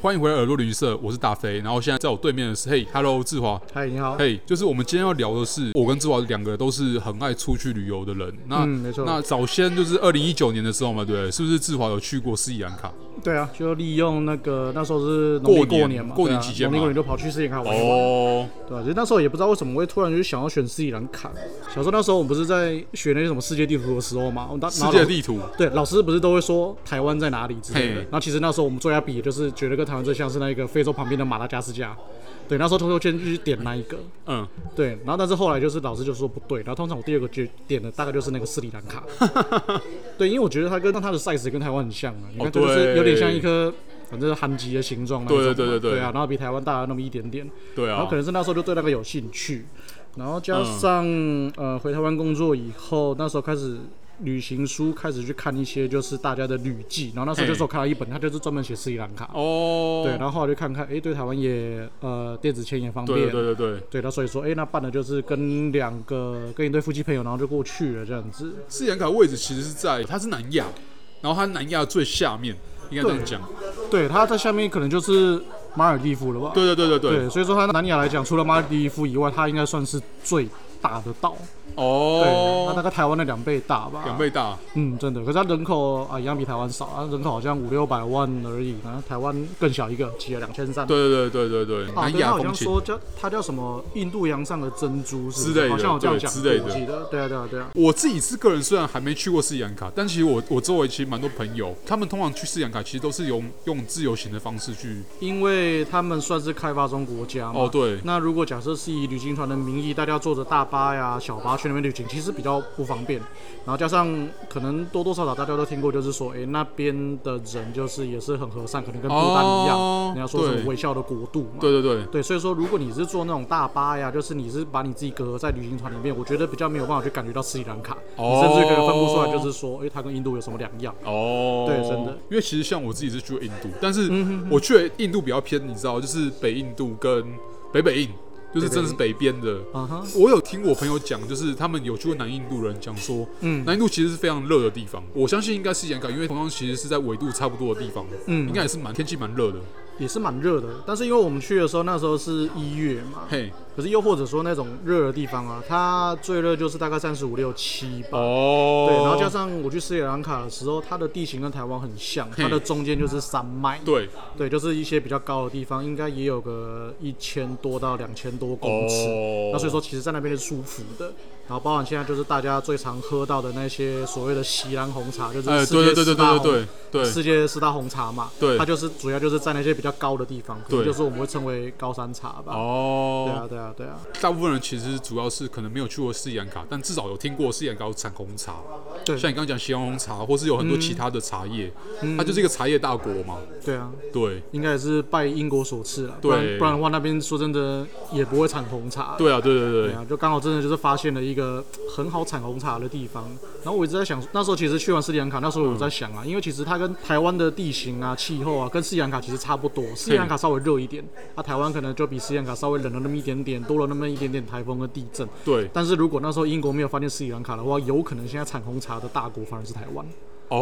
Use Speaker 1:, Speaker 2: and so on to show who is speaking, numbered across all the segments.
Speaker 1: 欢迎回来耳朵旅社，我是大飞。然后现在在我对面的是，嘿，Hello，志华。
Speaker 2: 嗨，你好。
Speaker 1: 嘿就是我们今天要聊的是，我跟志华两个都是很爱出去旅游的人。那、
Speaker 2: 嗯没错
Speaker 1: 那早先就是二零一九年的时候嘛，对不对？是不是志华有去过斯里兰卡？
Speaker 2: 对啊，就利用那个那时候是农历
Speaker 1: 过年
Speaker 2: 过年嘛，
Speaker 1: 过
Speaker 2: 对
Speaker 1: 年
Speaker 2: 啊
Speaker 1: 期间
Speaker 2: 农历
Speaker 1: 嘛
Speaker 2: 过年就跑去斯里兰卡玩一玩。
Speaker 1: 哦，
Speaker 2: 对啊，其实那时候也不知道为什么会突然就想要选斯里兰卡。小时候那时候我们不是在学那些什么世界地图的时候嘛，我们当
Speaker 1: 世界地图。
Speaker 2: 对老师不是都会说台湾在哪里之类的
Speaker 1: 嘿。
Speaker 2: 然后其实那时候我们最要比的就是觉得跟台湾最像是那一个非洲旁边的马达加斯加。对，那时候偷偷先去点那一个，
Speaker 1: 嗯，
Speaker 2: 对，然后但是后来就是老师就说不对，然后通常我第二个就点的大概就是那个斯里兰 卡，对，因为我觉得它跟它的 size 跟台湾很像啊，你看
Speaker 1: 哦
Speaker 2: 它就是
Speaker 1: 对
Speaker 2: 有点像一颗反正是韩籍的形状那一种
Speaker 1: 对
Speaker 2: 嘛，
Speaker 1: 对对对对
Speaker 2: 对啊，然后比台湾大了那么一点点，
Speaker 1: 对
Speaker 2: 然后
Speaker 1: 啊
Speaker 2: 可，能是那时候就对那个有兴趣，然后加上、
Speaker 1: 嗯
Speaker 2: 呃回台湾工作以后，那时候开始。旅行书开始去看一些就是大家的旅记，然后那时候就是我看到一本，它就是专门写斯里兰卡，
Speaker 1: 哦，
Speaker 2: 对，然后后来就看看，诶，对台湾也呃电子签也方便，
Speaker 1: 对对对对，
Speaker 2: 对，那所以说，哎、那办的就是跟两个跟一对夫妻朋友，然后就过去了这样子。
Speaker 1: 斯里兰卡位置其实是在它是南亚，然后它南亚最下面，应该这样讲。
Speaker 2: 对，他在下面可能就是马尔蒂夫了吧？
Speaker 1: 对对对对对，
Speaker 2: 所以说他南亚来讲，除了马尔蒂夫以外，它应该算是最大的岛。对，它大
Speaker 1: 哦，
Speaker 2: 概台湾的两倍大吧。
Speaker 1: 两。倍大，
Speaker 2: 嗯，真的。可是它人口啊，一样比台湾少，啊，人口好像五六百万而已，然后台湾更小一个，只有两千三。。
Speaker 1: 对对对对对对，
Speaker 2: 啊，
Speaker 1: 南
Speaker 2: 对，他
Speaker 1: 亚
Speaker 2: 好
Speaker 1: 风
Speaker 2: 像
Speaker 1: 情。
Speaker 2: 说叫它叫什么印度洋上的珍珠是不是
Speaker 1: 之类的
Speaker 2: 好像有这样
Speaker 1: 对
Speaker 2: 讲
Speaker 1: 之
Speaker 2: 过
Speaker 1: 类的
Speaker 2: 我记得，对啊，对啊，对啊。
Speaker 1: 我自己是个人，虽然还没去过斯里兰卡，但其实我我周围其实蛮多朋友，他们通常去斯里兰卡其实都是用用自由行的方式去。
Speaker 2: 因为他们算是开发中国家嘛。
Speaker 1: 哦，对，
Speaker 2: 那如果假设是以旅行团的名义，大家坐着大巴呀、小巴去那边旅行，其实比较不方便。然后加上可能多多少少大家都听过，就是说，诶，那边的人就是也是很和善，可能跟不丹一样，
Speaker 1: 哦
Speaker 2: 人家说什么
Speaker 1: 对
Speaker 2: 微笑的国度嘛。
Speaker 1: 对对对，
Speaker 2: 对，所以说如果你是坐那种大巴呀，就是你是把你自己隔在旅行团里面，我觉得比较没有办法去感觉到斯里兰卡，
Speaker 1: 哦
Speaker 2: 你甚至可以分不出来，就是说，诶，它跟印度有什么两样？
Speaker 1: 哦，
Speaker 2: 对真的，嗯
Speaker 1: 因为其实像我自己是去过印度，但是我去的印度比较偏，你知道，就是北印度跟北北印，就是真的是北边的。
Speaker 2: 啊哈，
Speaker 1: 我有听我朋友讲，就是他们有去过南印度人讲说，
Speaker 2: 嗯
Speaker 1: 南印度其实是非常热的地方。我相信应该是斯里兰卡，因为同样其实是在纬度差不多的地方，
Speaker 2: 嗯
Speaker 1: 应该也是蛮天气蛮热的。
Speaker 2: 也是蛮热的。但是因为我们去的时候，那时候是一月嘛，
Speaker 1: 嘿，
Speaker 2: 可是又或者说那种热的地方啊，它最热就是大概三十五六七吧。
Speaker 1: 哦，
Speaker 2: 对，然后加上我去斯里兰卡的时候，它的地形跟台湾很像，
Speaker 1: 嘿
Speaker 2: 它的中间就是山脉，
Speaker 1: 对，
Speaker 2: 对，就是一些比较高的地方，应该也有个一千多到两千多公尺。
Speaker 1: 哦，
Speaker 2: 那所以说，其实在那边是舒服的。然后包含现在就是大家最常喝到的那些所谓的锡兰红茶，就是
Speaker 1: 哎，
Speaker 2: 世
Speaker 1: 对对
Speaker 2: 界
Speaker 1: 对对
Speaker 2: 四大
Speaker 1: 对
Speaker 2: 红
Speaker 1: 对对对，
Speaker 2: 世界四大红茶嘛，
Speaker 1: 对
Speaker 2: 它就是主要就是在那些比较高的地方，可能
Speaker 1: 对
Speaker 2: 就是我们会称为高山茶吧。对
Speaker 1: 哦，
Speaker 2: 啊，对啊，对啊，
Speaker 1: 大部分人其实主要是可能没有去过斯里兰卡，但至少有听过斯里兰卡有产红茶，
Speaker 2: 对嗯
Speaker 1: 像你刚刚讲西洋红茶，或是有很多其他的茶叶，它就是一个茶叶大国嘛，
Speaker 2: 对啊，
Speaker 1: 对，
Speaker 2: 应该也是拜英国所赐了，不
Speaker 1: 对
Speaker 2: 然不然的话，那边说真的也不会产红茶。
Speaker 1: 对啊，对对对
Speaker 2: 对啊，就刚好真的就是发现了一个很好产红茶的地方。然后我一直在想，那时候其实去完斯里兰卡，那时候我
Speaker 1: 嗯
Speaker 2: 在想啊，因为其实它跟台湾的地形啊、气候啊，跟斯里兰卡其实差不多。斯里兰卡稍微热一点，啊，台湾可能就比斯里兰卡稍微冷了那么一点点，多了那么一点点台风跟地震。
Speaker 1: 对，
Speaker 2: 但是如果那时候英国没有发现斯里兰卡的话，有可能现在产红茶的大国反而是台湾。
Speaker 1: 哦，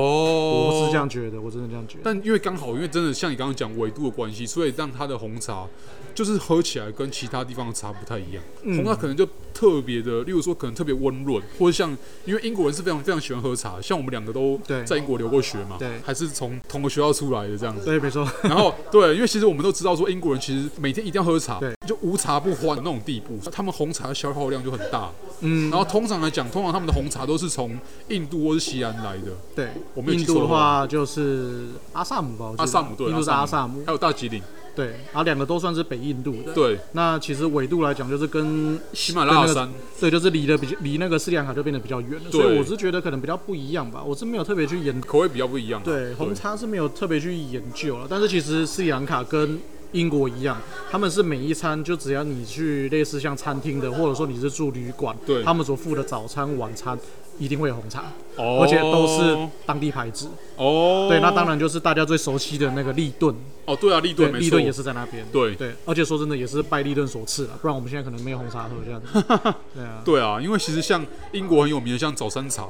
Speaker 2: 我是这样觉得，我真的这样觉得。
Speaker 1: 但因为刚好，因为真的像你刚刚讲纬度的关系，所以让它的红茶就是喝起来跟其他地方的茶不太一样。
Speaker 2: 嗯
Speaker 1: 红茶可能就特别的，例如说可能特别温润，或者像因为英国人是非常非常喜欢喝茶，像我们两个都
Speaker 2: 对
Speaker 1: 在英国留过学嘛，
Speaker 2: 对
Speaker 1: 还是从同个学校出来的这样子。
Speaker 2: 对，没错。
Speaker 1: 然后对，因为其实我们都知道说英国人其实每天一定要喝茶
Speaker 2: 对，
Speaker 1: 就无茶不欢的那种地步，他们红茶消耗量就很大。
Speaker 2: 嗯，
Speaker 1: 然后通常来讲，通常他们的红茶都是从印度或是西安来的，
Speaker 2: 对，
Speaker 1: 我没有记
Speaker 2: 印度
Speaker 1: 错的
Speaker 2: 的
Speaker 1: 话
Speaker 2: 话就是阿萨姆吧，我记得
Speaker 1: 阿萨姆对，
Speaker 2: 印度是阿萨姆，
Speaker 1: 还有大吉岭，
Speaker 2: 对，然后两个都算是北印度的。，
Speaker 1: 对。
Speaker 2: 那其实纬度来讲，就是跟
Speaker 1: 喜马拉雅
Speaker 2: 跟那个
Speaker 1: 山，
Speaker 2: 对，就是离的比较离那个斯里兰卡就变得比较远了，
Speaker 1: 对
Speaker 2: 所以我是觉得可能比较不一样吧，我是没有特别去研
Speaker 1: 口味比较不一样啊。
Speaker 2: 对红茶是没有特别去研究了，但是其实斯里兰卡跟英国一样，他们是每一餐就只要你去类似像餐厅的，或者说你是住旅馆，
Speaker 1: 对
Speaker 2: 他们所付的早餐、晚餐一定会有红茶，
Speaker 1: 哦
Speaker 2: 而且都是当地牌子。
Speaker 1: 哦，
Speaker 2: 对，那当然就是大家最熟悉的那个利顿，
Speaker 1: 哦，对啊，立
Speaker 2: 对，
Speaker 1: 顿没错，
Speaker 2: 利顿也是在那边。
Speaker 1: 对
Speaker 2: 对，而且说真的也是拜利顿所赐了，不然我 们现在可能没有红茶喝这样子。对啊，
Speaker 1: 对啊，因为其实像英国很有名的像早餐茶，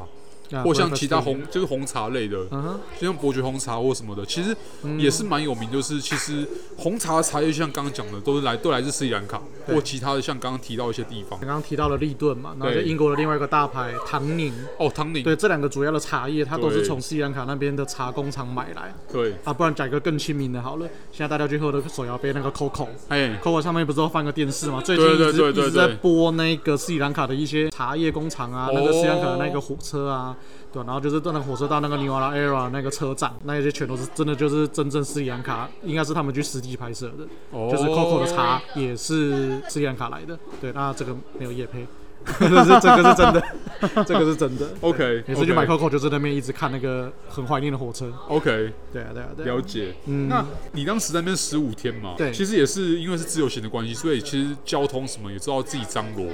Speaker 2: 啊
Speaker 1: 或像其他红就是红茶类的，
Speaker 2: 嗯哼，
Speaker 1: 就像伯爵红茶或什么的，其实
Speaker 2: 嗯
Speaker 1: 也是蛮有名。就是其实红茶的茶叶，就像刚刚讲的，都是来都来自斯里兰卡
Speaker 2: 对
Speaker 1: 或其他的，像刚刚提到一些地方
Speaker 2: 刚刚提到了利顿嘛，然后就
Speaker 1: 对
Speaker 2: 英国的另外一个大牌唐宁，
Speaker 1: 哦，汤宁
Speaker 2: 对这两个主要的茶叶，它都是
Speaker 1: 对
Speaker 2: 从斯里兰卡那边的茶工厂买来
Speaker 1: 对，
Speaker 2: 啊。不然讲一个更亲民的好了，现在大家去喝的手摇杯那个 Coco。
Speaker 1: 哎，
Speaker 2: Coco 上面不是都放个电视嘛？最近一
Speaker 1: 对
Speaker 2: 直
Speaker 1: 对对对
Speaker 2: 一直在
Speaker 1: 对
Speaker 2: 播那个斯里兰卡的一些茶叶工厂啊，
Speaker 1: 哦
Speaker 2: 那个斯里兰卡的那个火车啊，对，然后就是那个火车到那个尼瓦拉 era 那个车站，那些全都是真的就是真正斯里兰卡，应该是他们去实地拍摄的。
Speaker 1: 哦
Speaker 2: 就是 Coco 的茶也是斯里兰卡来的。对，那这个没有叶配， 这是这个是真的， 这个是真的。
Speaker 1: ，OK，
Speaker 2: 每次去买
Speaker 1: OK，
Speaker 2: Coco 就在那边一直看那个很怀念的火车。
Speaker 1: OK，
Speaker 2: 对啊，对啊，对啊
Speaker 1: 了。解。
Speaker 2: 嗯，
Speaker 1: 那你当时在那边十五天嘛，
Speaker 2: 对
Speaker 1: 其实也是因为是自由行的关系，所以其实交通什么也知道自己张罗。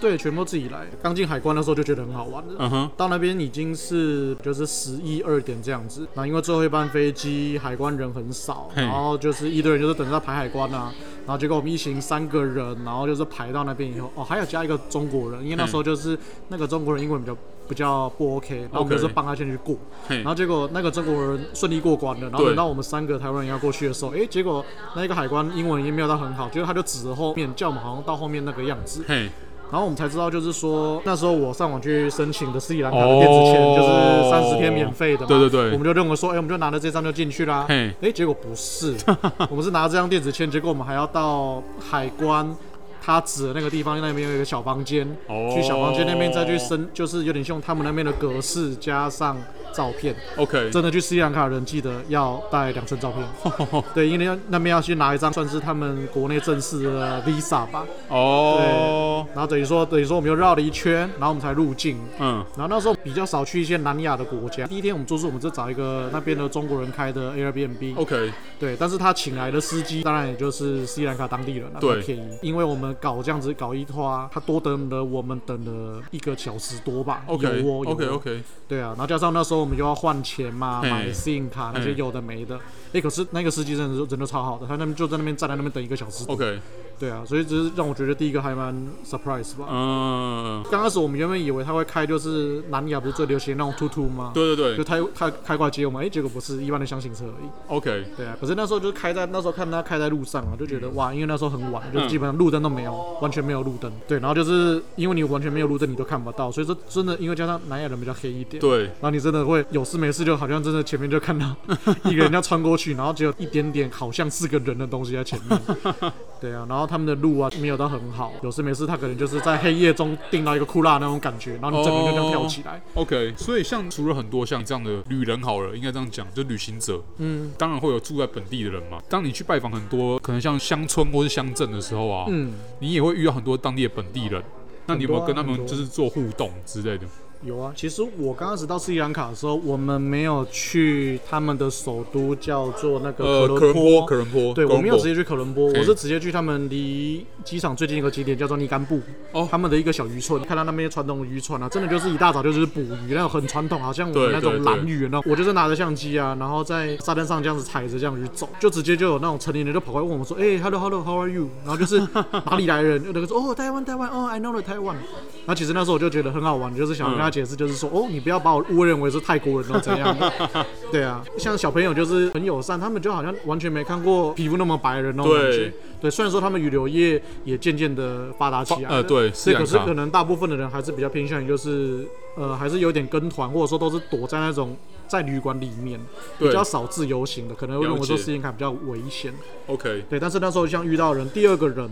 Speaker 2: 对，全部自己来。刚进海关的时候就觉得很好玩了。
Speaker 1: 嗯哼，
Speaker 2: 到那边已经是就是十一二点这样子，那因为最后一班飞机海关人很少，
Speaker 1: 嘿
Speaker 2: 然后就是一堆人就是等着排海关啊，然后结果我们一行三个人，然后就是排到那边以后，哦还有加一个中国人，因为那时候就是那个中国人英文比较比较不 OK，然后我们
Speaker 1: OK
Speaker 2: 就是帮他先去过，
Speaker 1: 嘿
Speaker 2: 然，后结果那个中国人顺利过关了，然后
Speaker 1: 对
Speaker 2: 等到我们三个台湾人要过去的时候，诶，结果那个海关英文也没有到很好，结果他就指着后面叫我们好像到后面那个样子，
Speaker 1: 嘿，
Speaker 2: 然后我们才知道，就是说那时候我上网去申请的斯里兰卡的电子签，
Speaker 1: 哦
Speaker 2: 就是三十天免费的嘛。
Speaker 1: 对对对
Speaker 2: 我们就认为说，哎、我们就拿了这张就进去 啦。
Speaker 1: 嘿，
Speaker 2: 哎，结果不是，我们是拿这张电子签，结果我们还要到海关。他指的那个地方，那边有一个小房间，
Speaker 1: 哦
Speaker 2: 去小房间那边再去申，就是有点像他们那边的格式加上照片。
Speaker 1: OK，
Speaker 2: 真的去斯里兰卡的人记得要带两寸照片， 对，因为那那边要去拿一张算是他们国内正式的 Visa 吧，
Speaker 1: 哦，
Speaker 2: 然后等于说，等于说我们又绕了一圈，然后我们才入境。
Speaker 1: 嗯，
Speaker 2: 然后那时候比较少去一些南亚的国家。第一天我们住宿，我们就找一个那边的中国人开的 Airbnb，、
Speaker 1: OK，
Speaker 2: 对，但是他请来的司机当然也就是斯里兰卡当地人，那
Speaker 1: 对
Speaker 2: 么便宜。因为我们搞这样子搞一拖，他多等了我们等了一个小时多吧。有哦有哦
Speaker 1: OK，OK，OK，
Speaker 2: 对啊，然后加上那时候我们又要换钱嘛，
Speaker 1: 嘿
Speaker 2: 买信用卡那些
Speaker 1: 嘿
Speaker 2: 有的没的。哎，可是那个司机真的是人都超好的，他那边就在那边站在那边等一个小时。
Speaker 1: OK，
Speaker 2: 对啊，所以只是让我觉得第一个还蛮 surprise 吧。
Speaker 1: 嗯，
Speaker 2: 刚开始我们原本以为他会开，就是南亚不是最流行那种突突吗？，
Speaker 1: 对对对
Speaker 2: 就开开开过来接我们，哎、结果不是一般的箱型车而已。
Speaker 1: ，OK，
Speaker 2: 对啊，可是那时候就是开在那时候看他开在路上啊，就觉得、哇，因为那时候很晚，就是
Speaker 1: 嗯
Speaker 2: 基本上路灯都没有，完全没有路灯。对，然后就是因为你完全没有路灯，你都看不到，所以说真的因为加上南亚人比较黑一点。
Speaker 1: 对，
Speaker 2: 然后你真的会有事没事，就好像真的前面就看到一个人要穿过去，然后只有一点点好像是个人的东西在前面。对啊，然后他们的路啊没有到很好，有事没事他可能就是在黑夜中定到一个库拉那种感觉，然后你整个人就这样飘起来。
Speaker 1: OK，所以像除了很多像这样的旅人好了，应该这样讲，就旅行者，
Speaker 2: 嗯
Speaker 1: 当然会有住在本地的人嘛。当你去拜访很多可能像乡村或是乡镇的时候啊，
Speaker 2: 嗯，
Speaker 1: 你也会遇到很多当地的本地人。那你有没有
Speaker 2: 很
Speaker 1: 跟
Speaker 2: 多
Speaker 1: 他
Speaker 2: 啊
Speaker 1: 们
Speaker 2: 很多
Speaker 1: 就是做互动之类的？
Speaker 2: 有啊。其实我刚开始到斯里兰卡的时候，我们没有去他们的首都叫做那个
Speaker 1: 呃可
Speaker 2: 伦
Speaker 1: 伦坡，
Speaker 2: 坡。
Speaker 1: 可伦坡，
Speaker 2: 对，
Speaker 1: 科
Speaker 2: 我
Speaker 1: 伦
Speaker 2: 没有
Speaker 1: 坡
Speaker 2: 直接去可伦坡，
Speaker 1: 嘿
Speaker 2: 我是直接去他们离机场最近一个景点叫做尼甘布，
Speaker 1: 哦
Speaker 2: 他们的一个小渔村，看到那边传统渔船啊，真的就是一大早就是捕鱼，那种很传统，好像我们
Speaker 1: 对
Speaker 2: 那种
Speaker 1: 对
Speaker 2: 蓝鱼那种。我就是拿着相机啊，然后在沙滩上这样子踩着这样鱼走，就直接就有那种成年人就跑过来问我们说，哎、h e l l o hello，how are you？然后就是哪里来人，那 个说哦台湾台湾，哦 I know the 台湾。然后其实那时候我就觉得很好玩，就是想跟他解释，就是说、
Speaker 1: 嗯
Speaker 2: 哦你不要把我误认为是泰国人哦怎 样。对啊，像小朋友就是很友善，他们就好像完全没看过皮肤那么白的那种感觉
Speaker 1: 对。
Speaker 2: 对，虽然说他们旅游业也渐渐的发达起来了，
Speaker 1: 呃对斯
Speaker 2: 啊对，
Speaker 1: 里
Speaker 2: 可
Speaker 1: 兰
Speaker 2: 是
Speaker 1: 卡
Speaker 2: 可能大部分的人还是比较偏向于就是呃，还是有点跟团，或者说都是躲在那种在旅馆里面，比
Speaker 1: 对
Speaker 2: 较少自由行的，可能会认为说
Speaker 1: 了解
Speaker 2: 斯里兰卡比较危险。
Speaker 1: ，OK，
Speaker 2: 对，但是那时候像遇到的人，第二个人。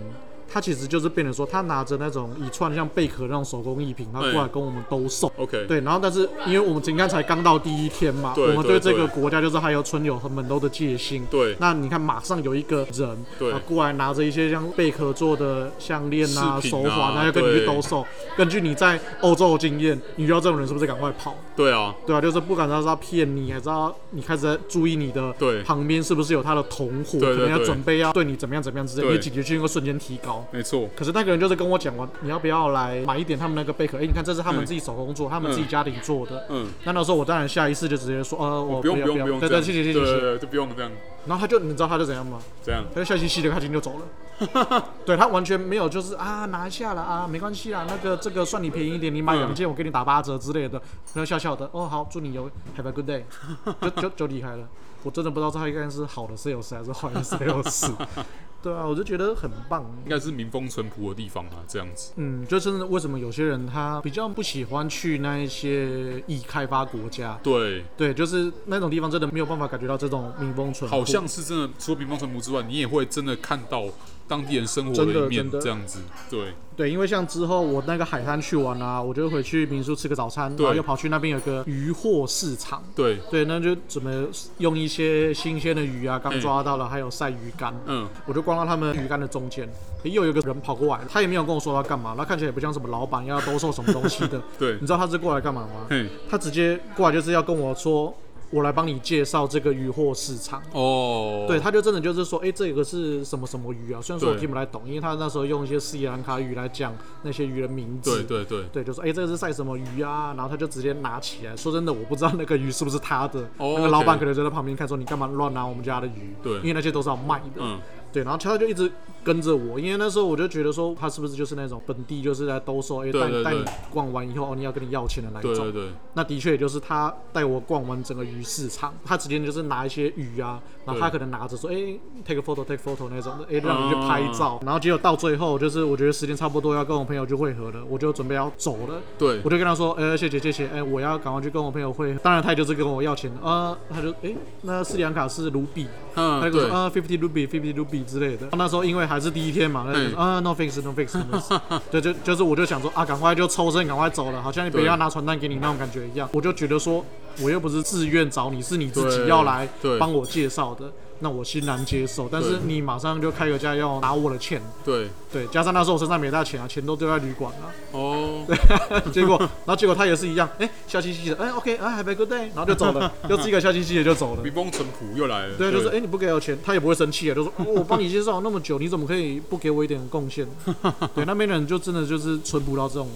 Speaker 2: 他其实就是变成说，他拿着那种一串像贝壳那种手工艺品，他过来
Speaker 1: 哎
Speaker 2: 跟我们兜售。
Speaker 1: OK，
Speaker 2: 对，然后但是因为我们今天才刚到第一天嘛，
Speaker 1: 对
Speaker 2: 我们对
Speaker 1: 对
Speaker 2: 这个
Speaker 1: 对
Speaker 2: 国家就是还有存有很多的戒心。
Speaker 1: 对
Speaker 2: 那你看，马上有一个人，
Speaker 1: 对
Speaker 2: 他过来拿着一些像贝壳做的项链啊、
Speaker 1: 饰
Speaker 2: 手
Speaker 1: 品啊
Speaker 2: 环啊，要跟你去
Speaker 1: 对
Speaker 2: 兜售。根据你在欧洲的经验，你遇到这种人是不是赶快跑？
Speaker 1: 对啊，
Speaker 2: 对啊，就是不管他是要骗你，还是要你开始在注意你的
Speaker 1: 对
Speaker 2: 旁边是不是有他的同伙，
Speaker 1: 对对
Speaker 2: 可能要
Speaker 1: 对
Speaker 2: 准备要对你怎么样怎么样之类，你
Speaker 1: 对
Speaker 2: 的警觉性会瞬间提高。
Speaker 1: 没错，
Speaker 2: 可是那个人就是跟我讲完，你要不要来买一点他们那个贝壳？哎、你看这是他们自己手工做，他们自己家里做的。
Speaker 1: 嗯，
Speaker 2: 那那时候我当然下意识就直接说，呃，我
Speaker 1: 哦不用
Speaker 2: 要
Speaker 1: 不用
Speaker 2: 不要，
Speaker 1: 不用，
Speaker 2: 对
Speaker 1: 这
Speaker 2: 对，
Speaker 1: 样
Speaker 2: 谢谢谢谢
Speaker 1: 对
Speaker 2: 谢谢。
Speaker 1: 对，就不用这样
Speaker 2: 然后他就你知道他就怎样吗？
Speaker 1: 这样，
Speaker 2: 他就笑嘻嘻的，他今天就走了。 对他完全没有就是啊拿下了啊没关系啊那个这个算你便宜一点，你买
Speaker 1: 嗯
Speaker 2: 两件我给你打八折之类的，然后笑笑的哦好，祝你有 have a good day，就就就离开了。我真的不知道他应该是好的 sales 还是坏 的 sales，对啊，我就觉得很棒。
Speaker 1: 应该是民风淳朴的地方啊，这样子。
Speaker 2: 嗯，就真的为什么有些人他比较不喜欢去那一些已开发国家，
Speaker 1: 对，
Speaker 2: 对，就是那种地方真的没有办法感觉到这种民风淳朴。
Speaker 1: 好像是真的，除了民风淳朴之外，你也会真的看到当地人生活
Speaker 2: 真的
Speaker 1: 一面
Speaker 2: 真的
Speaker 1: 这样子。对，
Speaker 2: 对，因为像之后我那个海滩去完啊，我就回去民宿吃个早餐，然后
Speaker 1: 对
Speaker 2: 又跑去那边有个渔货市场。
Speaker 1: 对，
Speaker 2: 对，那就准备用一些新鲜的鱼啊，刚抓到了，还有晒鱼竿。
Speaker 1: 嗯，
Speaker 2: 我就逛到他们鱼竿的中间，又有一个人跑过来，他也没有跟我说要干嘛，他看起来也不像什么老板要兜售什么东西的。
Speaker 1: 对
Speaker 2: 你，知道他是过来干嘛吗？
Speaker 1: 嘿，
Speaker 2: 他直接过来就是要跟我说，我来帮你介绍这个鱼货市场。
Speaker 1: 哦，
Speaker 2: 对，，他就真的就是说，哎、这个是什么什么鱼啊？虽然说我
Speaker 1: 对
Speaker 2: 听不太懂，因为他那时候用一些斯里兰卡语来讲那些鱼的名字。
Speaker 1: 对对对，
Speaker 2: 对，就说哎、诶这个是晒什么鱼啊？然后他就直接拿起来。说真的，我不知道那个鱼是不是他的，
Speaker 1: 哦
Speaker 2: 那个老板
Speaker 1: OK
Speaker 2: 可能就在旁边看，说你干嘛乱拿我们家的鱼？
Speaker 1: 对
Speaker 2: 因为那些都是要卖的。
Speaker 1: 嗯，
Speaker 2: 对，然后他就一直跟着我，因为那时候我就觉得说他是不是就是那种本地就是来兜售，哎、
Speaker 1: 对
Speaker 2: 带
Speaker 1: 对
Speaker 2: 带你
Speaker 1: 对
Speaker 2: 逛完以后，哦，你要跟你要钱的那一
Speaker 1: 对
Speaker 2: 种。
Speaker 1: 对对，
Speaker 2: 那的确也就是他带我逛完整个鱼市场，他直接就是拿一些鱼啊，然后他可能拿着说，哎、t a k e a photo，take photo 那种的，哎、让你去拍照。然后结果到最后，就是我觉得时间差不多要跟我朋友去会合了，我就准备要走了。
Speaker 1: 对
Speaker 2: 我，就跟他说，呃，谢谢谢谢，哎、我要赶快去跟我朋友会合。当然，他也就是跟我要钱，呃，他就，哎、那斯里兰卡是卢比，他
Speaker 1: 嗯，
Speaker 2: 就说
Speaker 1: 对，
Speaker 2: 啊，fifty rupee fifty rupee 之类的。那时候因为还是第一天嘛，那就
Speaker 1: 嗯
Speaker 2: 说啊，no thanks no thanks no thanks。对，就就是我就想说啊，赶快就抽身，赶快走了，好像你别
Speaker 1: 对
Speaker 2: 要拿传单给你那种感觉一样。我就觉得说，我又不是自愿找你，是你自己
Speaker 1: 对
Speaker 2: 要来
Speaker 1: 对
Speaker 2: 帮我介绍的，那我欣然接受。但是
Speaker 1: 对
Speaker 2: 你马上就开个价要拿我的钱，
Speaker 1: 对，
Speaker 2: 对，加上那时候我身上没带钱啊， 钱都丢在旅馆了。
Speaker 1: 哦，
Speaker 2: 结果，然后结果他也是一样，哎，笑嘻嘻的，哎，OK，啊，have a good day，然后就走了，又是一个笑嘻嘻的就走了。
Speaker 1: 民风淳朴又来了，
Speaker 2: 对，就是哎、诶你不给我钱，他也不会生气啊，就说、 哦我帮你介绍那么久，你怎么可以不给我一点贡献？对，那边人就真的就是淳朴到这种，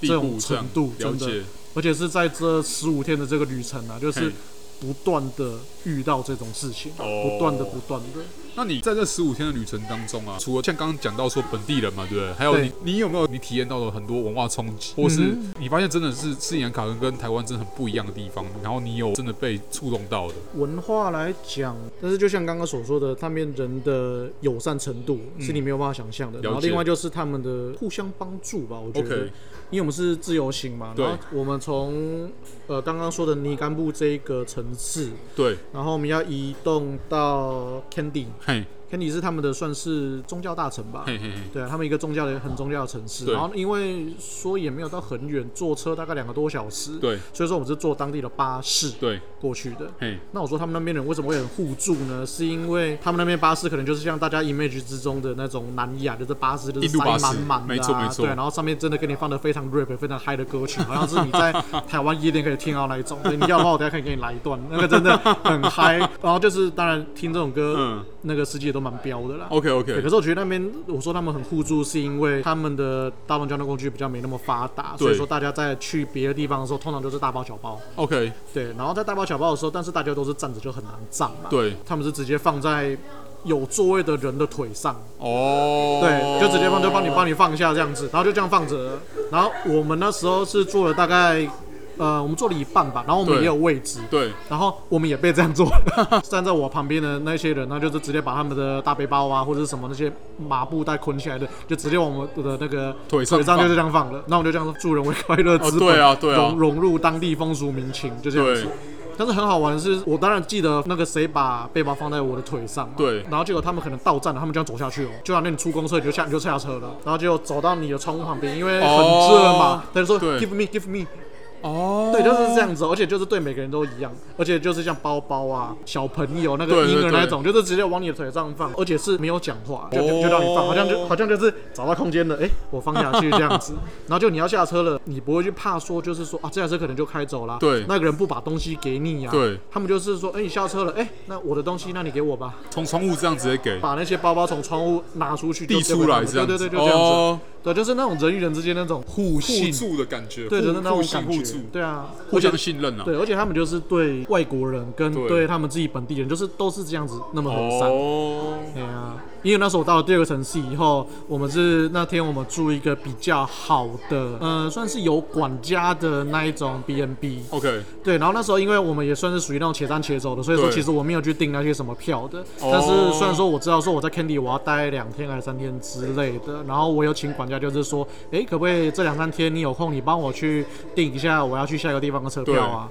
Speaker 1: 地
Speaker 2: 这
Speaker 1: 步
Speaker 2: 种程度
Speaker 1: 这样了
Speaker 2: 真的
Speaker 1: 解，
Speaker 2: 而且是在这十五天的这个旅程啊，就是
Speaker 1: 嘿
Speaker 2: 不断的遇到这种事情，啊
Speaker 1: 哦
Speaker 2: 不断的不断的。
Speaker 1: 那你在这十五天的旅程当中啊，除了像刚刚讲到说本地人嘛，对不对？还有
Speaker 2: 对
Speaker 1: 你，你有没有你体验到了很多文化冲击，或是
Speaker 2: 嗯
Speaker 1: 你发现真的是斯里兰卡跟跟台湾真的很不一样的地方，然后你有真的被触动到的？
Speaker 2: 文化来讲，但是就像刚刚所说的，他们人的友善程度是你没有办法想象
Speaker 1: 嗯
Speaker 2: 的。
Speaker 1: 了解哦
Speaker 2: 然后另外就是他们的互相帮助吧，我觉得
Speaker 1: OK
Speaker 2: 因为我们是自由行嘛，
Speaker 1: 对
Speaker 2: 然后我们从呃刚刚说的尼甘布这一个城市，
Speaker 1: 对，
Speaker 2: 然后我们要移动到 Candy，Candy
Speaker 1: 嘿，
Speaker 2: 是他们的算是宗教大城吧。
Speaker 1: 嘿嘿嘿，
Speaker 2: 对啊，他们一个宗教的很宗教的城市，
Speaker 1: 对
Speaker 2: 然后因为说也没有到很远，坐车大概两个多小时，
Speaker 1: 对
Speaker 2: 所以说我们是坐当地的巴士
Speaker 1: 对，
Speaker 2: 过去的。
Speaker 1: 嘿，
Speaker 2: 那我说他们那边人为什么会很互助呢？是因为他们那边巴士可能就是像大家 image 之中的那种南亚，就是巴士就是塞满满的、啊，
Speaker 1: 印度巴士没错没错
Speaker 2: 对，然后上面真的给你放的非常 rap、非常嗨的歌曲，好像是你在台湾夜店可以听到那一种。对，你要的话我等下可以给你来一段，那个真的很 嗨。然后就是当然听这种歌，
Speaker 1: 嗯
Speaker 2: 那个司机也都蛮彪的啦。
Speaker 1: ，OK
Speaker 2: 对，可
Speaker 1: 嗯 OK，
Speaker 2: 是我觉得那边，我说他们很互助，是因为他们的大众交通工具比较没那么发达，所以
Speaker 1: 对
Speaker 2: 说大家在去别的地方的时候，通常都是大包小包。
Speaker 1: OK，
Speaker 2: 对，然后在大包小包的时候，但是大家都是站着就很难站嘛。，
Speaker 1: 对，
Speaker 2: 他们是直接放在有座位的人的腿上，
Speaker 1: 哦，
Speaker 2: 对，就直接放，就帮你帮你放下这样子，然后就这样放着。然后我们那时候是坐了大概，呃，我们坐了一半吧，然后我们
Speaker 1: 对
Speaker 2: 也有位置。
Speaker 1: 对，
Speaker 2: 然后我们也被这样做了， 站在我旁边的那些人，他就是直接把他们的大背包啊，或者是什么那些麻布袋捆起来的，就直接往我们的那个
Speaker 1: 腿上
Speaker 2: 上就
Speaker 1: 放
Speaker 2: 这样放了。那我们就这样说助人为快乐之本，
Speaker 1: 对啊对啊
Speaker 2: 融融入当地风俗民情，就这样子
Speaker 1: 对。
Speaker 2: 但是很好玩的是，我当然记得那个谁把背包放在我的腿上嘛，
Speaker 1: 对
Speaker 2: 然后结果他们可能到站了，他们就要走下去哦，就好像你出公厕你就下你就下车了，然后就走到你的窗户旁边，因为很热嘛
Speaker 1: 哦，
Speaker 2: 他就说
Speaker 1: 对
Speaker 2: give me give me，
Speaker 1: 哦，
Speaker 2: 对，就是这样子，而且就是对每个人都一样，而且就是像包包啊、小朋友那个
Speaker 1: 对对
Speaker 2: 婴
Speaker 1: 对
Speaker 2: 儿那种，就是直接往你的腿上放，而且是没有讲话，就
Speaker 1: 哦
Speaker 2: 就让你放，好像就好像就是找到空间了，哎、我放下去这样 子，然后就你要下车了，你不会去怕说就是说啊，这台车可能就开走了，
Speaker 1: 对
Speaker 2: 那个人不把东西给你呀、啊
Speaker 1: 对，
Speaker 2: 他们就是说，哎、你下车了，哎、那我的东西，那你给我吧，
Speaker 1: 从窗户这样直接给
Speaker 2: 把那些包包从窗户拿出去，就
Speaker 1: 递
Speaker 2: 直接给
Speaker 1: 出
Speaker 2: 他
Speaker 1: 来
Speaker 2: 们
Speaker 1: 这样
Speaker 2: 对
Speaker 1: 子，
Speaker 2: 对对，就这样子，
Speaker 1: 哦
Speaker 2: 对，就是那种人与人之间那种互
Speaker 1: 互
Speaker 2: 信。
Speaker 1: 助的感觉，
Speaker 2: 对
Speaker 1: 互
Speaker 2: 的，那种
Speaker 1: 互信
Speaker 2: 感
Speaker 1: 互
Speaker 2: 觉
Speaker 1: 助，，
Speaker 2: 对啊，
Speaker 1: 互
Speaker 2: 而且
Speaker 1: 相信任啊，
Speaker 2: 对，而且他们就是对外国人跟
Speaker 1: 对
Speaker 2: 对他们自己本地人，就是都是这样子那么和善。
Speaker 1: 哦。
Speaker 2: 对啊，因为那时候我到了第二个城市以后，我们是那天我们住一个比较好的，呃，算是有管家的那一种 B N B。
Speaker 1: OK，
Speaker 2: 对，然后那时候因为我们也算是属于那种且战且走的，所以说
Speaker 1: 对
Speaker 2: 其实我没有去订那些什么票的。
Speaker 1: 哦
Speaker 2: 但是虽然说我知道说我在 Candy 我要待两天还是三天之类的，然后我有请管家就是说，诶，可不可以这两三天你有空你帮我去订一下我要去下一个地方的车票啊？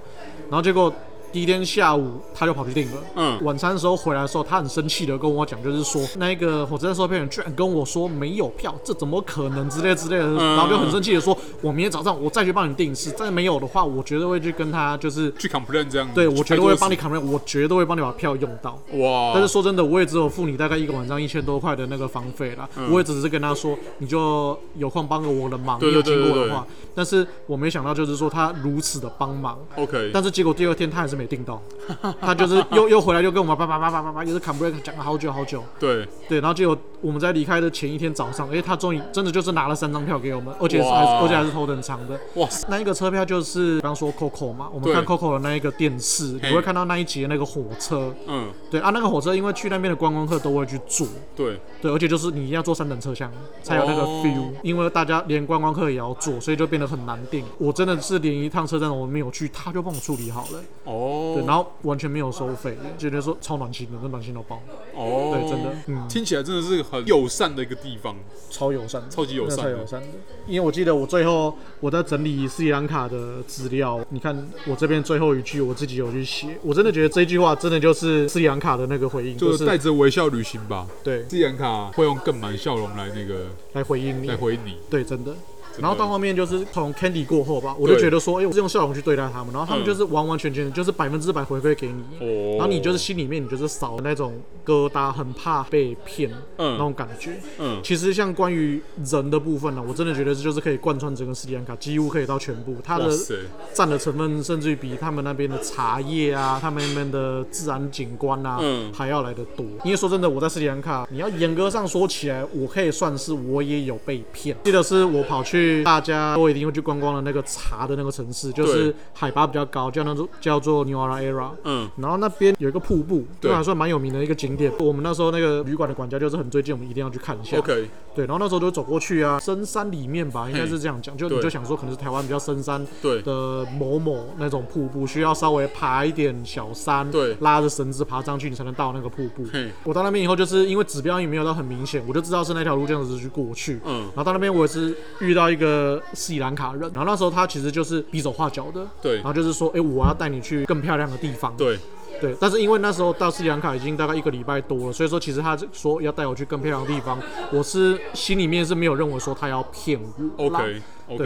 Speaker 2: 然后结果第一天下午他就跑去订了。
Speaker 1: 嗯，
Speaker 2: 晚餐的时候回来的时候，他很生气的跟我讲，就是说那个火车站售票员居然跟我说没有票，这怎么可能之类之类的，
Speaker 1: 嗯
Speaker 2: 然后就很生气的说，我明天早上我再去帮你订一次，再没有的话，我绝对会去跟他就是，
Speaker 1: 去 complain 这样，
Speaker 2: 对我绝对会帮
Speaker 1: 你。
Speaker 2: 你 complain，我绝对会帮你把票用到。
Speaker 1: 哇，
Speaker 2: 但是说真的，我也只有付你大概一个晚上一千多块的那个房费啦。我也只是跟他说，你就有空帮个我的
Speaker 1: 嗯
Speaker 2: 忙，
Speaker 1: 对
Speaker 2: 你有
Speaker 1: 对
Speaker 2: 经
Speaker 1: 对
Speaker 2: 过
Speaker 1: 对
Speaker 2: 的话。但是我没想到，就是说他如此的帮忙，
Speaker 1: OK，
Speaker 2: 但是结果第二天他还是没订到， 他就是又又回来就跟我们叭叭叭叭叭叭，也是 c o m p l a i n 讲了好久好久，
Speaker 1: 对，
Speaker 2: 对，然后结果我们在离开的前一天早上，诶，他终于真的就是拿了三张票给我们，而且是还是
Speaker 1: 哇
Speaker 2: 而且还是头等舱的，
Speaker 1: 哇塞，
Speaker 2: 那一个车票就是刚刚说 Coco 嘛，我们
Speaker 1: 对
Speaker 2: 看 Coco 的那一个电视，
Speaker 1: 嘿
Speaker 2: 你会看到那一节那个火车，
Speaker 1: 嗯，
Speaker 2: 对啊，那个火车因为去那边的观光客都会去坐，
Speaker 1: 对，
Speaker 2: 对，而且就是你一定要坐三等车厢才有那个
Speaker 1: 哦
Speaker 2: feel，、因为大家连观光客也要坐，所以就变得很难定。我真的是连一趟车站我没有去，他就帮我处理好了。
Speaker 1: 哦，
Speaker 2: 对，然后完全没有收费，觉得说超暖心的，真暖心到爆，
Speaker 1: 哦，
Speaker 2: 对真的嗯
Speaker 1: 听起来真的是很友善的一个地方，
Speaker 2: 超友善的，
Speaker 1: 超级友
Speaker 2: 真的
Speaker 1: 善
Speaker 2: 超
Speaker 1: 的
Speaker 2: 友善的。因为我记得我最后我在整理斯里兰卡的资料，你看我这边最后一句我自己有去写，我真的觉得这句话真的就是斯里兰卡的那个回应，就
Speaker 1: 就是是带着微笑旅行吧。
Speaker 2: 对
Speaker 1: 自然卡会用更满笑容来那个
Speaker 2: 来回应你
Speaker 1: 来，回应你，
Speaker 2: 对，真的。
Speaker 1: 真的
Speaker 2: 然后到后面就是从 Candy 过后吧，我就
Speaker 1: 对
Speaker 2: 觉得说，哎、我是用笑容去对待他们，然后他
Speaker 1: 嗯
Speaker 2: 们就是完完全全的就是百分之百回馈给你，
Speaker 1: 哦，
Speaker 2: 然后你就是心里面你就是少那种疙瘩，很怕被骗那
Speaker 1: 嗯
Speaker 2: 种感觉。
Speaker 1: 嗯
Speaker 2: 其实像关于人的部分呢、我真的觉得这就是可以贯穿整个斯里兰卡，几乎可以到全部。它的
Speaker 1: 哇塞
Speaker 2: 占的成分甚至于比他们那边的茶叶啊，他们那边的自然景观啊，
Speaker 1: 嗯
Speaker 2: 还要来的多。因为说真的，我在斯里兰卡，你要严格上说起来，我可以算是我也有被骗。记得是我跑去大家都一定会去观光的那个茶的那个城市，就是
Speaker 1: 对
Speaker 2: 海拔比较高，叫那种叫做 New Ara Era。
Speaker 1: 嗯
Speaker 2: 然后那边有一个瀑布，
Speaker 1: 对
Speaker 2: 那还算蛮有名的一个景点。我们那时候那个旅馆的管家就是很推荐我们一定要去看一下。
Speaker 1: ，OK，
Speaker 2: 对，然后那时候就走过去啊，深山里面吧，应该是这样讲，就你
Speaker 1: 对
Speaker 2: 就想说可能是台湾比较深山
Speaker 1: 对
Speaker 2: 的某某那种瀑布，需要稍微爬一点小山，
Speaker 1: 对
Speaker 2: 拉着绳子爬上去，你才能到那个瀑布
Speaker 1: 嘿。
Speaker 2: 我到那边以后，就是因为指标也没有到很明显，我就知道是那条路这样子去过去。
Speaker 1: 嗯
Speaker 2: 然后到那边我也是遇到一个斯里兰卡人，然后那时候他其实就是比手画脚的，
Speaker 1: 对
Speaker 2: 然后就是说，哎、我要带你去更漂亮的地方，
Speaker 1: 对
Speaker 2: 对，但是因为那时候到斯里兰卡已经大概一个礼拜多了，所以说其实他说要带我去更漂亮的地方，我是心里面是没有认为说他要骗我啦。
Speaker 1: ，OK
Speaker 2: 对
Speaker 1: OK，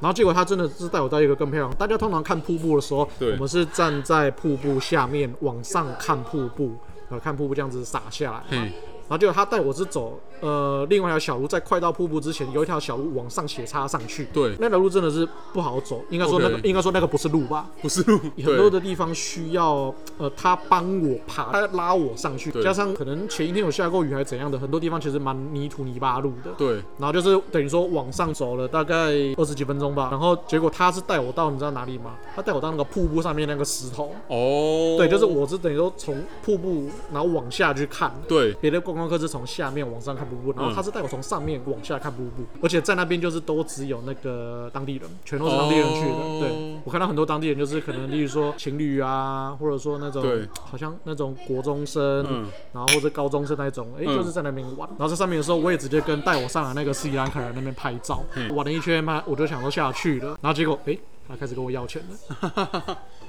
Speaker 2: 然后结果他真的是带我到一个更漂亮。大家通常看瀑布的时候，
Speaker 1: 对
Speaker 2: 我们是站在瀑布下面往上看瀑布，呃，看瀑布这样子洒下来。
Speaker 1: 嘿，
Speaker 2: 然后结果他带我是走呃另外一条小路，在快到瀑布之前有一条小路往上斜插上去。
Speaker 1: 对
Speaker 2: 那条路真的是不好走，应该说那个
Speaker 1: OK
Speaker 2: 应该说那个不是路吧？
Speaker 1: 不是路，
Speaker 2: 很多
Speaker 1: 对
Speaker 2: 的地方需要呃他帮我爬，他拉我上去，
Speaker 1: 对
Speaker 2: 加上可能前一天有下过雨还是怎样的，很多地方其实蛮泥土泥巴路的。
Speaker 1: 对，
Speaker 2: 然后就是等于说往上走了大概二十几分钟吧，然后结果他是带我到你知道哪里吗？他带我到那个瀑布上面那个石头，
Speaker 1: 哦，
Speaker 2: 对，就是我是等于说从瀑布然后往下去看，
Speaker 1: 对
Speaker 2: 别的观光客是从下面往上看瀑布，然后
Speaker 1: 嗯
Speaker 2: 他是带我从上面往下看瀑布，而且在那边就是都只有那个当地人，全都是当地人去的。
Speaker 1: 哦
Speaker 2: 对我看到很多当地人，就是可能例如说情侣 啊，或者说那种
Speaker 1: 对
Speaker 2: 好像那种国中生，
Speaker 1: 嗯
Speaker 2: 然后或者高中生那一种，哎、
Speaker 1: 嗯
Speaker 2: 就是在那边玩。然后在上面的时候，我也直接跟带我上来那个斯里兰卡人那边拍照，
Speaker 1: 嗯
Speaker 2: 玩了一圈嘛，我就想说下去了，然后结果哎、他开始跟我要钱 了，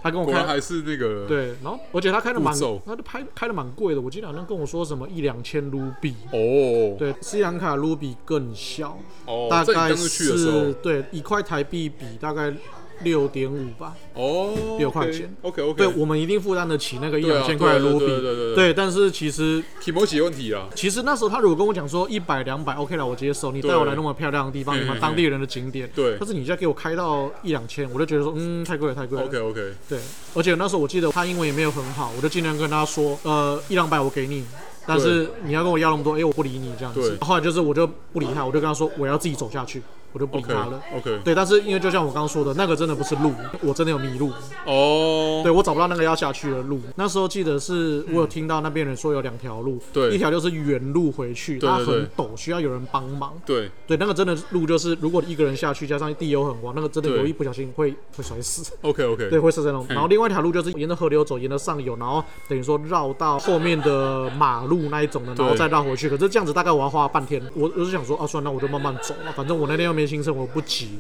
Speaker 2: 他跟我
Speaker 1: 果
Speaker 2: 开
Speaker 1: 然还是那个，
Speaker 2: 嗯对，然后而且他开的蛮
Speaker 1: 步骤，
Speaker 2: 他的拍开的蛮贵的，我记得好像跟我说什么一两千卢比。
Speaker 1: 哦，
Speaker 2: 对，斯里兰卡卢比更小，
Speaker 1: 哦，
Speaker 2: 大
Speaker 1: 在你
Speaker 2: 概
Speaker 1: 刚去的时
Speaker 2: 是
Speaker 1: 候，
Speaker 2: 对一块台币比大概六点五吧。
Speaker 1: 哦，
Speaker 2: 六块钱
Speaker 1: ，OK OK，
Speaker 2: 对我们一定负担得起那个一
Speaker 1: 对啊
Speaker 2: 两千块的卢比
Speaker 1: 对对对对啊对，
Speaker 2: 对，但是其实
Speaker 1: i m o 问题啊，
Speaker 2: 其实那时候他如果跟我讲说一百两百 OK 了，我接受，你带
Speaker 1: 对
Speaker 2: 我来那么漂亮的地方，
Speaker 1: 嘿
Speaker 2: 你们
Speaker 1: 嘿
Speaker 2: 当地人的景点，
Speaker 1: 对
Speaker 2: 但是你再给我开到一两千，我就觉得说嗯太贵了太贵了。
Speaker 1: ，OK OK，
Speaker 2: 对，而且那时候我记得他英文也没有很好，我就尽量跟他说，呃，一两百我给你，但是你要跟我要那么多，哎、我不理你这样子。
Speaker 1: 对
Speaker 2: 后来就是我就不理他，我就跟他说我要自己走下去。我就不理
Speaker 1: OK
Speaker 2: 它了。
Speaker 1: OK
Speaker 2: 对，但是因为就像我刚刚说的，那个真的不是路，我真的有迷路，
Speaker 1: 嗯哦，
Speaker 2: 对我找不到那个要下去的路。那时候记得是我有听到那边人说有两条路，
Speaker 1: 对
Speaker 2: 一条就是原路回去，
Speaker 1: 对
Speaker 2: 它
Speaker 1: 对
Speaker 2: 很陡，需要有人帮忙。
Speaker 1: 对
Speaker 2: 对，那个真的路就是，如果一个人下去，加上地又很弯，那个真的
Speaker 1: 对
Speaker 2: 有一不小心会会摔死，
Speaker 1: OK OK
Speaker 2: 对，会摔在那种。
Speaker 1: 嗯
Speaker 2: 然后另外一条路就是沿着河流走，沿着上游，然后等于说绕到后面的马路那一种的，然后
Speaker 1: 对
Speaker 2: 再绕回去。可是这样子大概我要花半天，我我是想说，啊，算了，那我就慢慢走嘛，反正我那天又没行程，我不急。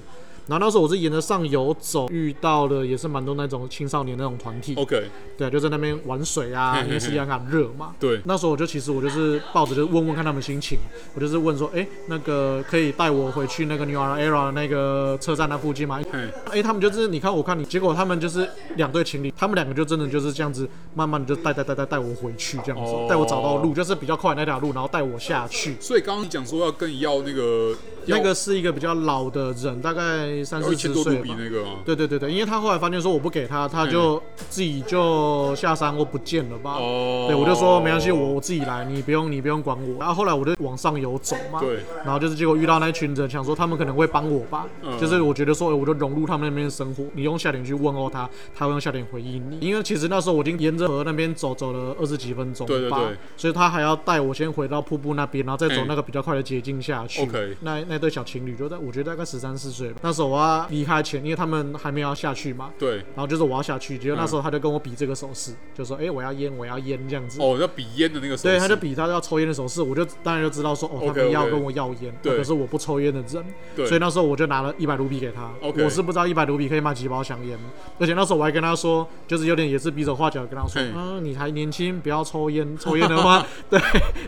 Speaker 2: 然后那时候我是沿着上游走，遇到了也是蛮多那种青少年那种团体，
Speaker 1: OK
Speaker 2: 对、啊，就在那边玩水啊，
Speaker 1: 哦嘿嘿
Speaker 2: 因为斯里兰卡很热嘛。
Speaker 1: 对
Speaker 2: 那时候我就其实我就是抱着就是问问看他们心情，我就是问说，哎、那个可以带我回去那个 New Era Era 那个车站那附近吗？
Speaker 1: 嘿
Speaker 2: 哎、他们就是你看我看你，结果他们就是两对情侣，他们两个就真的就是这样子，慢慢地就带带带带带我回去这样子
Speaker 1: 哦，
Speaker 2: 带、我找到路，就是比较快的那条路，然后带我下去。
Speaker 1: 所以刚刚你讲说要跟你要那个要
Speaker 2: 那个是一个比较老的人，大概三
Speaker 1: 要
Speaker 2: 四
Speaker 1: 一千
Speaker 2: 十
Speaker 1: 多
Speaker 2: 岁
Speaker 1: 卢比
Speaker 2: 吧。
Speaker 1: 那个啊吗？
Speaker 2: 对对对对，因为他后来发现说我不给他，他就自己就下山或不见了吧。
Speaker 1: 哦，
Speaker 2: 对，我就说没关系，我我自己来，你不用你不用管我。然后后来我就往上游走嘛，
Speaker 1: 对，
Speaker 2: 然后就是结果遇到那一群人，想说他们可能会帮我吧，
Speaker 1: 嗯
Speaker 2: 就是我觉得说哎我就融入他们那边的生活。你用笑脸去问候他，他会用笑脸回应你。因为其实那时候我已经沿着河那边走走了二十几分钟吧，
Speaker 1: 对对对
Speaker 2: 所以他还要带我先回到瀑布那边，然后再走
Speaker 1: 嗯
Speaker 2: 那个比较快的捷径下去。
Speaker 1: OK
Speaker 2: 那那对小情侣就在，我觉得大概十三四岁吧。那时候我要离开前，因为他们还没有要下去嘛。
Speaker 1: 对
Speaker 2: 然后就是我要下去，结果那
Speaker 1: 嗯
Speaker 2: 时候他就跟我比这个手势，就说：“哎、我要烟，我要烟这样子。”
Speaker 1: 哦，要比烟的那个手势，
Speaker 2: 对，他就比他要抽烟的手势，我就当然就知道说，哦，他
Speaker 1: OK，OK
Speaker 2: 们要跟我要烟，
Speaker 1: 对
Speaker 2: 可是我不抽烟的人，
Speaker 1: 对
Speaker 2: 所以那时候我就拿了一百卢比给他。
Speaker 1: OK
Speaker 2: 我是不知道一百卢比可以买几包香烟，而且那时候我还跟他说，就是有点也是比手画脚地跟他说
Speaker 1: 嘿，
Speaker 2: 嗯，你还年轻，不要抽烟，抽烟的 话，对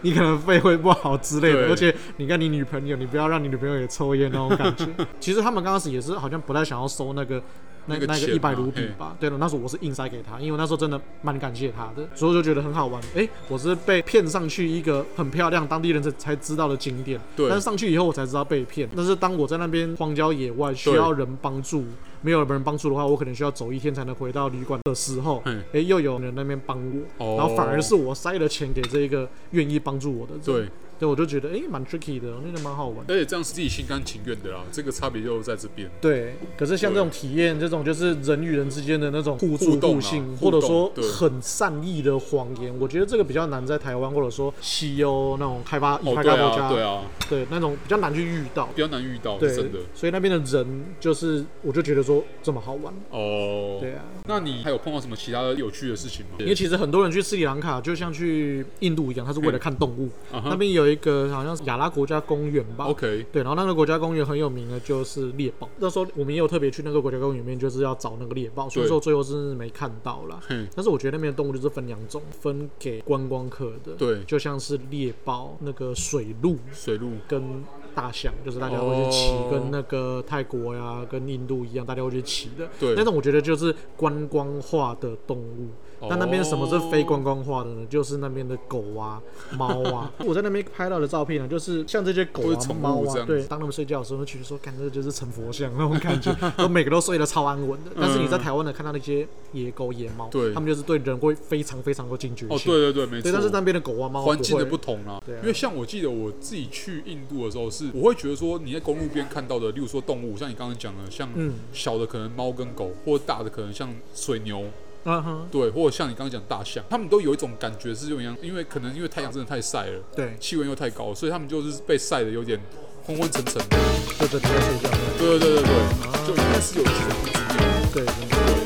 Speaker 2: 你可能肺会不好之类的，
Speaker 1: 对
Speaker 2: 而且你跟你女朋友，你不要让你女朋友也抽烟那种感 觉。其实他们刚开始也是好像不太想要收那个。那
Speaker 1: 那个
Speaker 2: 那个
Speaker 1: 钱
Speaker 2: 一百
Speaker 1: 嘛
Speaker 2: 卢比
Speaker 1: 嘿
Speaker 2: 吧，对了，那时候我是硬塞给他，因为我那时候真的蛮感谢他的，所以我就觉得很好玩。哎、我是被骗上去一个很漂亮当地人才才知道的景点，
Speaker 1: 对
Speaker 2: 但是上去以后我才知道被骗。但是当我在那边荒郊野外需
Speaker 1: 对
Speaker 2: 要人帮助，没有人帮助的话，我可能需要走一天才能回到旅馆的时候，哎
Speaker 1: 嗯、
Speaker 2: 又有人那边帮我，
Speaker 1: 哦
Speaker 2: 然后反而是我塞了钱给这一个愿意帮助我的人，
Speaker 1: 对，
Speaker 2: 对，我就觉得哎蛮、tricky 的，那个蛮好玩的。
Speaker 1: 而且这样是自己心甘情愿的啦，这个差别就在这 边。
Speaker 2: 对，可是像这种体验，这种就是人与人之间的那种互助
Speaker 1: 互动啊
Speaker 2: 性，
Speaker 1: 互
Speaker 2: 或者
Speaker 1: 动
Speaker 2: 说
Speaker 1: 对
Speaker 2: 很善意的谎言，我觉得这个比较难在台湾或者说西欧那种开发已
Speaker 1: 哦，
Speaker 2: 开
Speaker 1: 对
Speaker 2: 发国
Speaker 1: 啊，
Speaker 2: 家，
Speaker 1: 对啊，
Speaker 2: 对那种比较难去遇到。
Speaker 1: 比较难遇到，
Speaker 2: 对
Speaker 1: 是真的。，
Speaker 2: 所以那边的人就是，我就觉得说这么好玩，
Speaker 1: 哦，
Speaker 2: 对啊，
Speaker 1: 那你还有碰到什么其他的有趣的事情吗？
Speaker 2: 因为其实很多人去斯里兰卡就像去印度一样，他是为了看动物。
Speaker 1: 啊
Speaker 2: 那
Speaker 1: 哈
Speaker 2: 边有一个好像是雅拉国家公园吧，
Speaker 1: ，OK，
Speaker 2: 对，然后那个国家公园很有名的就是猎豹。那时候我们也有特别去那个国家公园里面，就是要找那个猎豹，虽然
Speaker 1: 对
Speaker 2: 说最后是没看到啦。
Speaker 1: 嘿，
Speaker 2: 但是我觉得那边的动物就是分两种，分给观光客的，
Speaker 1: 对
Speaker 2: 就像是猎豹、那个水鹿
Speaker 1: 水路，
Speaker 2: 跟大象，就是大家会去骑，
Speaker 1: 哦
Speaker 2: 跟那个泰国呀、跟印度一样，大家会去骑的。
Speaker 1: 对
Speaker 2: 那种我觉得就是观光化的动物。
Speaker 1: 哦
Speaker 2: 那那边什么是非观光化的呢？就是那边的狗啊、猫 啊。我在那边拍到的照片呢，就是像这些狗
Speaker 1: 都
Speaker 2: 啊
Speaker 1: 是、宠物
Speaker 2: 猫
Speaker 1: 这
Speaker 2: 啊，
Speaker 1: 样子
Speaker 2: 对，当他们睡觉的时候，其实说，感觉就是成佛像那种 感觉，都每个都睡得超安稳的。但是你在台湾呢，看到那些野狗、野猫，
Speaker 1: 嗯对
Speaker 2: 他们就是对人会非常非常有警觉性。
Speaker 1: 哦，对对对，没
Speaker 2: 对，但是那
Speaker 1: 错。
Speaker 2: 边的狗啊、猫啊
Speaker 1: 环境的
Speaker 2: 会
Speaker 1: 不同啦、
Speaker 2: 对啊嗯
Speaker 1: 因为像我记得我自己去印度的时候是，我会觉得说你在公路边看到的，例如说动物，像你刚刚讲的，像
Speaker 2: 嗯
Speaker 1: 小的可能猫跟狗，或大的可能像水牛，
Speaker 2: 啊哈，
Speaker 1: 对，或者像你刚刚讲大象，他们都有一种感觉是有点像，因为可能因为太阳真的太晒了，
Speaker 2: 对，
Speaker 1: 气温又太高，所以他们就是被晒的有点昏昏沉沉的。
Speaker 2: 就整天睡觉。
Speaker 1: 对对对对对，就应该是有这种经验。
Speaker 2: 对，真的
Speaker 1: 对